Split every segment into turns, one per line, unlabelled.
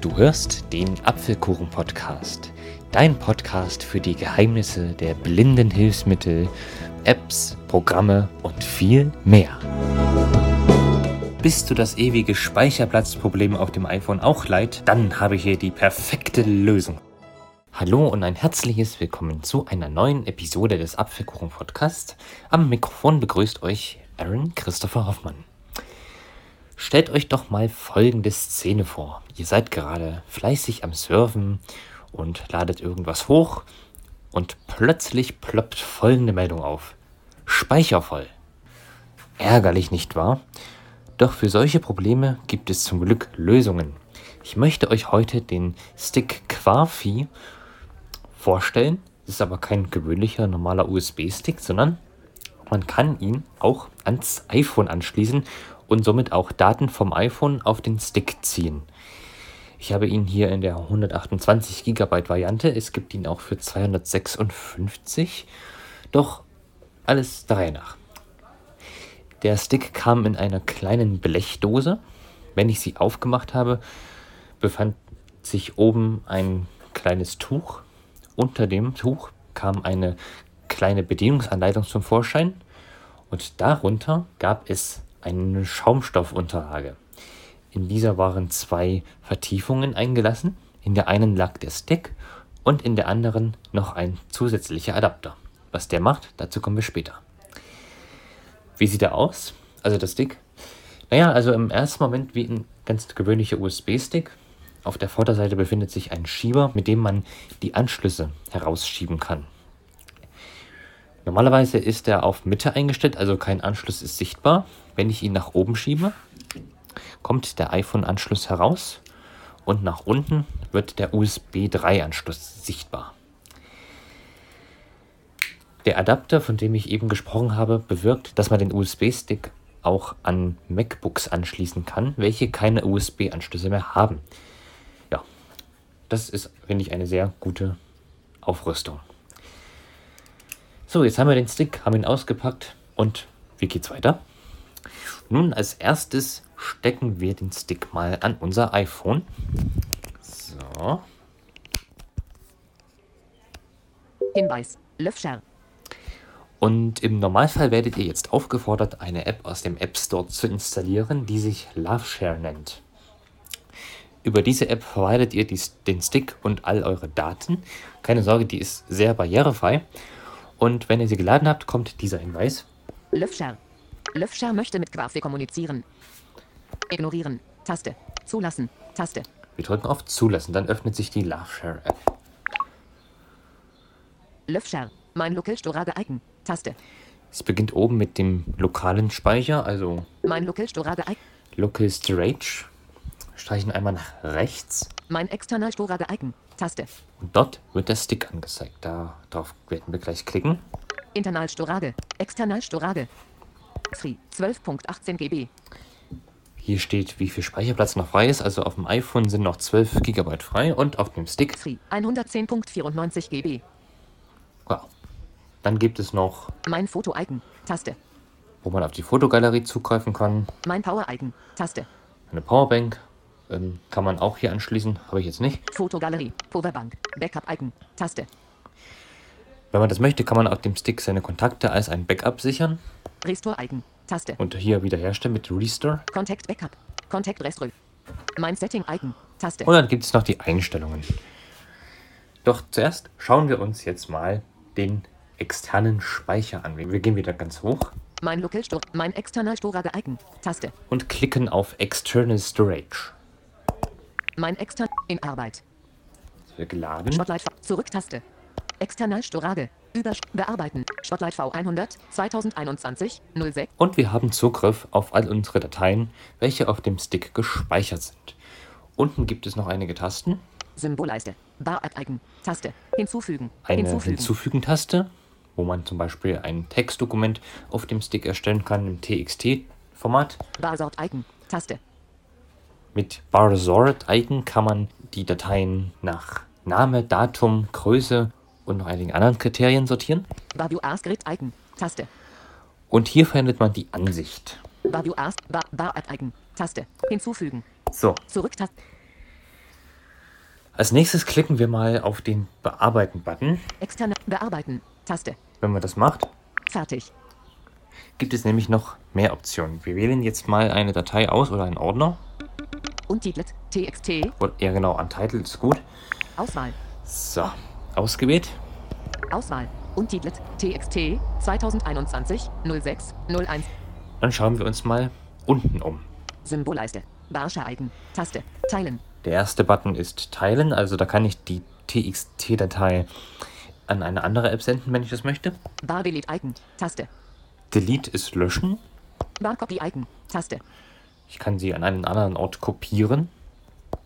Du hörst den Apfelkuchen-Podcast, dein Podcast für die Geheimnisse der blinden Hilfsmittel, Apps, Programme und viel mehr. Bist du das ewige Speicherplatzproblem auf dem iPhone auch leid? Dann habe ich hier die perfekte Lösung. Hallo und ein herzliches Willkommen zu einer neuen Episode des Apfelkuchen-Podcasts. Am Mikrofon begrüßt euch Aaron Christopher Hoffmann. Stellt euch doch mal folgende Szene vor. Ihr seid gerade fleißig am Surfen und ladet irgendwas hoch und plötzlich ploppt folgende Meldung auf. Speicher voll. Ärgerlich, nicht wahr? Doch für solche Probleme gibt es zum Glück Lösungen. Ich möchte euch heute den Stick Quafi vorstellen. Das ist aber kein gewöhnlicher normaler USB-Stick, sondern man kann ihn auch ans iPhone anschließen und somit auch Daten vom iPhone auf den Stick ziehen. Ich habe ihn hier in der 128 GB Variante. Es gibt ihn auch für 256. Doch alles der Reihe nach. Der Stick kam in einer kleinen Blechdose. Wenn ich sie aufgemacht habe, befand sich oben ein kleines Tuch. Unter dem Tuch kam eine kleine Bedienungsanleitung zum Vorschein und darunter gab es eine Schaumstoffunterlage. In dieser waren zwei Vertiefungen eingelassen. In der einen lag der Stick und in der anderen noch ein zusätzlicher Adapter. Was der macht, dazu kommen wir später. Wie sieht er aus? Also der Stick? Naja, also im ersten Moment wie ein ganz gewöhnlicher USB-Stick. Auf der Vorderseite befindet sich ein Schieber, mit dem man die Anschlüsse herausschieben kann. Normalerweise ist er auf Mitte eingestellt, also kein Anschluss ist sichtbar. Wenn ich ihn nach oben schiebe, kommt der iPhone-Anschluss heraus und nach unten wird der USB 3-Anschluss sichtbar. Der Adapter, von dem ich eben gesprochen habe, bewirkt, dass man den USB-Stick auch an MacBooks anschließen kann, welche keine USB-Anschlüsse mehr haben. Ja, das ist, finde ich, eine sehr gute Aufrüstung. So, jetzt haben wir den Stick, haben ihn ausgepackt und wie geht's weiter? Nun, als erstes stecken wir den Stick mal an unser iPhone. So.
Hinweis. Löffscher.
Und im Normalfall werdet ihr jetzt aufgefordert, eine App aus dem App Store zu installieren, die sich LoveShare nennt. Über diese App verwaltet ihr die, den Stick und all eure Daten. Keine Sorge, die ist sehr barrierefrei. Und wenn ihr sie geladen habt, kommt dieser Hinweis.
Löffscher. Löffscher möchte mit Quafe kommunizieren. Ignorieren. Taste. Zulassen. Taste.
Wir drücken auf Zulassen, dann öffnet sich die LoveShare-App.
Löffscher. Mein Local Storage Icon. Taste.
Es beginnt oben mit dem lokalen Speicher, also
Mein Local Storage Icon.
Local Storage. Streichen einmal nach rechts
Mein external Storage Icon. Taste.
und dort wird der Stick angezeigt. Darauf werden wir gleich klicken.
Internal Storage. External Storage. Free. 12.18 GB.
Hier steht, wie viel Speicherplatz noch frei ist. Also auf dem iPhone sind noch 12 GB frei und auf dem Stick,
Free. 110.94 GB.
wow. Dann gibt es noch,
Mein Foto Icon. Taste.
wo man auf die Fotogalerie zugreifen kann.
Mein Power Icon. Taste.
Eine Powerbank ähm, kann man auch hier anschließen, habe ich jetzt nicht.
Fotogalerie. Powerbank. Backup Icon. Taste.
Wenn man das möchte, kann man auf dem Stick seine Kontakte als ein Backup sichern
Restore Icon. Taste.
und hier wiederherstellen mit Restore.
Contact Backup. Contact Restore. Mein Setting Icon. Taste.
Und dann gibt es noch die Einstellungen. Doch zuerst schauen wir uns jetzt mal den externen Speicher an. Wir gehen wieder ganz hoch
Mein Local Store, mein external Storage Icon, Taste.
und klicken auf External Storage.
Mein extern in Arbeit.
Das wird geladen.
Spotlight V, zurück Taste. External Storage, über bearbeiten. Spotlight V100 2021 06
Und wir haben Zugriff auf all unsere Dateien, welche auf dem Stick gespeichert sind. Unten gibt es noch einige Tasten.
Symbolleiste, Bar App Icon, Taste. Hinzufügen,
Eine
hinzufügen.
Hinzufügen-Taste, wo man zum Beispiel ein Textdokument auf dem Stick erstellen kann im TXT-Format.
Barsort Icon, Taste.
Mit Barsort-Icon kann man die Dateien nach Name, Datum, Größe und noch einigen anderen Kriterien sortieren.
Bavio Ask Grid Icon, Taste.
Und hier verändert man die Ansicht.
Bavio Ask Bar, Bar App Icon, Taste. Hinzufügen,
So,
zurück Taste.
Als nächstes klicken wir mal auf den Bearbeiten-Button.
Externe Bearbeiten. Taste.
Wenn man das macht,
Fertig.
gibt es nämlich noch mehr Optionen. Wir wählen jetzt mal eine Datei aus oder einen Ordner.
Untitelt. TXT.
Oder, ja genau, Untitled ist gut.
Auswahl.
So, ausgewählt.
Auswahl. Untitelt. TXT. 2021. 06. 01.
Dann schauen wir uns mal unten um.
Symbolleiste. Barsche Icon. Taste. Teilen.
Der erste Button ist Teilen, also da kann ich die TXT-Datei an eine andere App senden, wenn ich das möchte.
Bar Delete Icon. Taste.
Delete ist Löschen.
Bar Copy Icon. Taste.
Ich kann sie an einen anderen Ort kopieren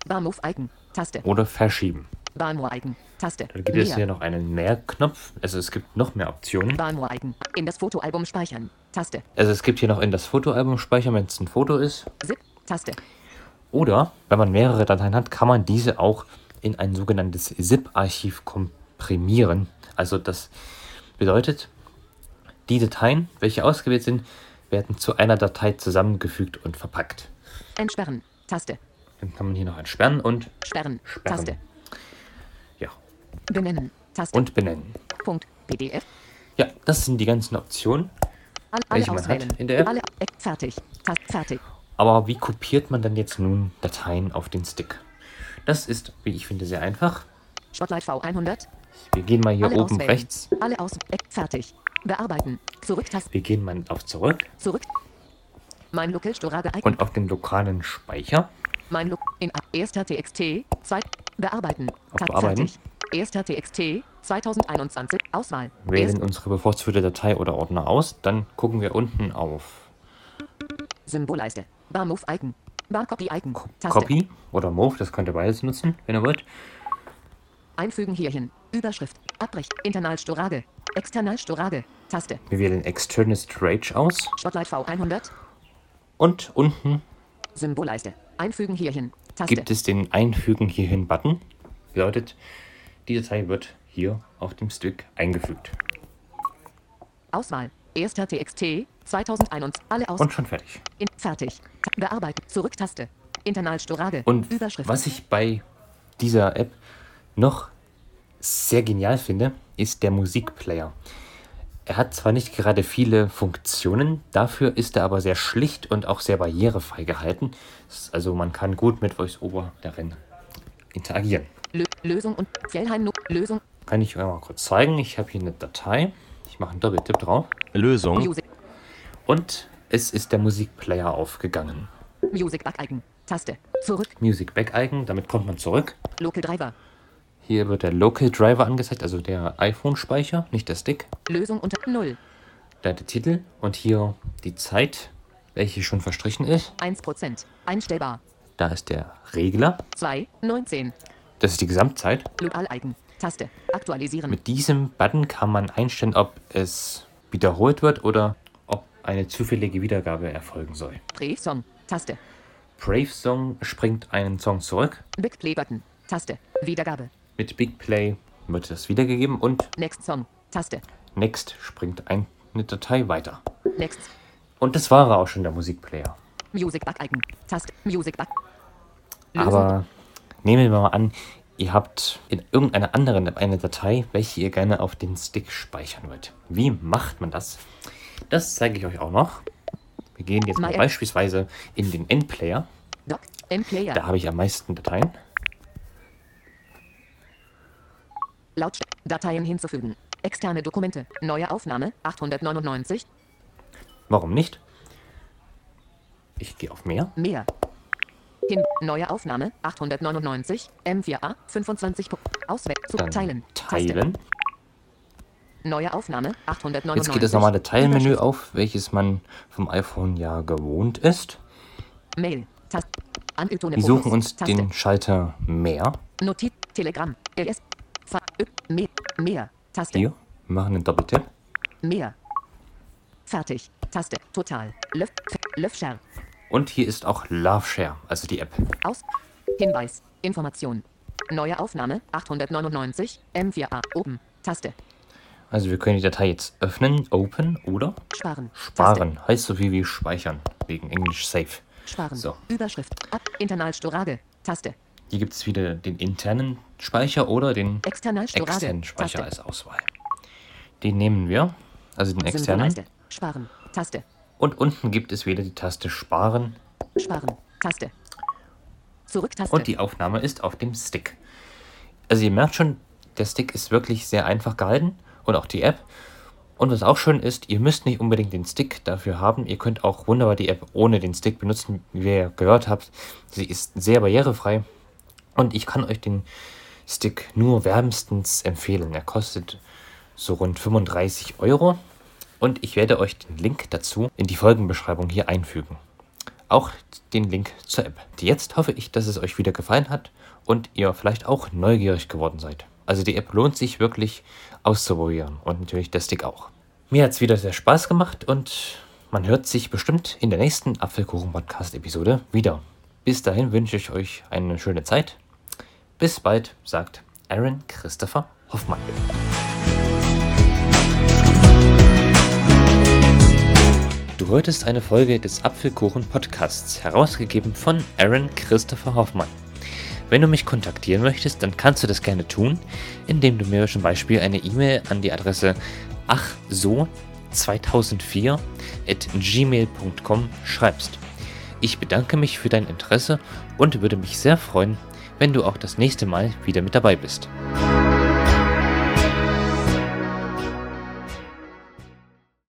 Bar Move Icon. Taste.
oder verschieben.
Bar More Icon. Taste.
Dann gibt es hier noch einen Mehr-Knopf. Also es gibt noch mehr Optionen.
Bar More Icon. In das Fotoalbum speichern. Taste.
Also es gibt hier noch in das Fotoalbum speichern, wenn es ein Foto ist.
Zip. Taste.
Oder wenn man mehrere Dateien hat, kann man diese auch in ein sogenanntes ZIP-Archiv komprimieren. Also das bedeutet, die Dateien, welche ausgewählt sind, werden zu einer Datei zusammengefügt und verpackt.
Entsperren. Taste.
Dann kann man hier noch entsperren und,
Sperren.
Sperren.
Taste.
ja,
Benennen. Taste.
und benennen.
Punkt. PDF.
Ja, das sind die ganzen Optionen.
Alle, alle
Welche man hat
auswählen.
in der App.
Alle, äh, fertig. Taste. Fertig.
Aber wie kopiert man dann jetzt nun Dateien auf den Stick? Das ist, wie ich finde, sehr einfach.
Spotlight V100.
Wir gehen mal hier
Alle
oben
auswählen.
rechts.
Alle aus. Äh, fertig. Bearbeiten. Zurücktaste.
Wir gehen mal auf Zurück
Zurück. Mein Local Storage Icon.
und auf den lokalen Speicher.
Mein Look in erster TXT, zweit bearbeiten.
Auf
Tab
Bearbeiten.
fertig. Erster TXT 2021 Auswahl.
wählen unsere bevorzugte Datei oder Ordner aus. Dann gucken wir unten auf
Erst- Symbolleiste. Bar Move Icon. Bar Copy Icon. Taste.
Copy oder Move. Das könnt ihr beides nutzen, wenn ihr wollt.
Einfügen hierhin. Überschrift. Abbrechen. Internal Storage. External Storage. Taste.
Wir wählen External Storage aus
Spotlight V100.
und unten
Symbolleiste. Einfügen hierhin. Taste.
gibt es den Einfügen hierhin Button. Bedeutet, die Datei wird hier auf dem Stick eingefügt.
Auswahl. Erster TXT 2021. Alle aus.
Und schon fertig.
in, fertig. Ta- Bearbeiten. Zurücktaste. Internal Storage.
Und
Überschrift.
was ich bei dieser App noch sehr genial finde, ist der Musikplayer. Er hat zwar nicht gerade viele Funktionen, dafür ist er aber sehr schlicht und auch sehr barrierefrei gehalten. Das ist Also man kann gut mit VoiceOver darin interagieren.
Lö Lösung und Fjellheim Nu- Lösung.
Kann ich euch mal kurz zeigen. Ich habe hier eine Datei. Ich mache einen Doppeltipp drauf.
Lösung,
Music.
Und es ist der Musikplayer aufgegangen.
Music Back Icon. Taste. Zurück.
Music Back Icon, damit kommt man zurück.
Local Driver.
Hier wird der Local Driver angezeigt, also der iPhone-Speicher, nicht der Stick.
Lösung unter 0.
Da der Titel und hier die Zeit, welche schon verstrichen ist.
1%. Einstellbar.
Da ist der Regler.
2. 19.
Das ist die Gesamtzeit.
Lokal Icon. Taste. Aktualisieren.
Mit diesem Button kann man einstellen, ob es wiederholt wird oder ob eine zufällige Wiedergabe erfolgen soll.
Pre Song. Taste.
Brave Song springt einen Song zurück.
Big Play Button. Taste. Wiedergabe.
Mit Big Play wird das wiedergegeben und
Next Song. Taste.
Next springt eine Datei weiter.
Next.
Und das war auch schon der Musikplayer.
Music Back Icon. Taste. Music Back.
Aber nehmen wir mal an, ihr habt in irgendeiner anderen App eine Datei, welche ihr gerne auf den Stick speichern wollt. Wie macht man das? Das zeige ich euch auch noch. Wir gehen jetzt mal
Mal-
beispielsweise in den Endplayer.
Doc. M Player.
Da habe ich am meisten Dateien.
Laut. Dateien hinzufügen. Externe Dokumente. Neue Aufnahme. 899.
Warum nicht? Ich gehe auf mehr.
Mehr. Hin. Neue Aufnahme. 899. M4A. 25. Punkt. Auswählen. Zu
Dann
teilen. Taste.
Teilen.
Neue Aufnahme 899.
Jetzt geht das normale Teilmenü auf, welches man vom iPhone ja gewohnt ist.
Mail. Taste. Anübtone.
Wir suchen uns
Oh, Taste.
den Schalter mehr.
Notiz. Telegram. LS. Fa Ö mehr. Mehr. Taste.
Hier. Wir machen einen Doppeltipp.
Mehr. Fertig. Taste. Total. Löff. F- Löffschar.
Und hier ist auch Love Share, also die App.
Aus. Hinweis. Information. Neue Aufnahme 899. M4A. Oben. Taste.
Also wir können die Datei jetzt öffnen, open oder
Sparen.
sparen. Heißt so viel wie speichern, wegen Englisch safe.
Taste. Sparen.
So.
Überschrift. Ab. Internal Storage. Taste.
Hier gibt es wieder den internen Speicher oder den
Externalstorage.
externen Speicher
Taste.
als Auswahl. Den nehmen wir, also den externen.
Symbolleiste. Sparen. Taste.
Und unten gibt es wieder die Taste Sparen
Sparen. Taste. Zurücktaste.
und die Aufnahme ist auf dem Stick. Also ihr merkt schon, der Stick ist wirklich sehr einfach gehalten und auch die App. Und was auch schön ist, ihr müsst nicht unbedingt den Stick dafür haben. Ihr könnt auch wunderbar die App ohne den Stick benutzen, wie ihr gehört habt. Sie ist sehr barrierefrei und ich kann euch den Stick nur wärmstens empfehlen. Er kostet so rund 35 Euro und ich werde euch den Link dazu in die Folgenbeschreibung hier einfügen auch den Link zur App. Jetzt hoffe ich, dass es euch wieder gefallen hat und ihr vielleicht auch neugierig geworden seid. Also die App lohnt sich wirklich auszuprobieren und natürlich der Stick auch. Mir hat es wieder sehr Spaß gemacht und man hört sich bestimmt in der nächsten Apfelkuchen-Podcast-Episode wieder. Bis dahin wünsche ich euch eine schöne Zeit. Bis bald, sagt Aaron Christopher Hoffmann. Du hörtest eine Folge des Apfelkuchen Podcasts, herausgegeben von Aaron Christopher Hoffmann. Wenn du mich kontaktieren möchtest, dann kannst du das gerne tun, indem du mir zum Beispiel eine E-Mail an die Adresse achso2004 at gmail.com schreibst. Ich bedanke mich für dein Interesse und würde mich sehr freuen, wenn du auch das nächste Mal wieder mit dabei bist.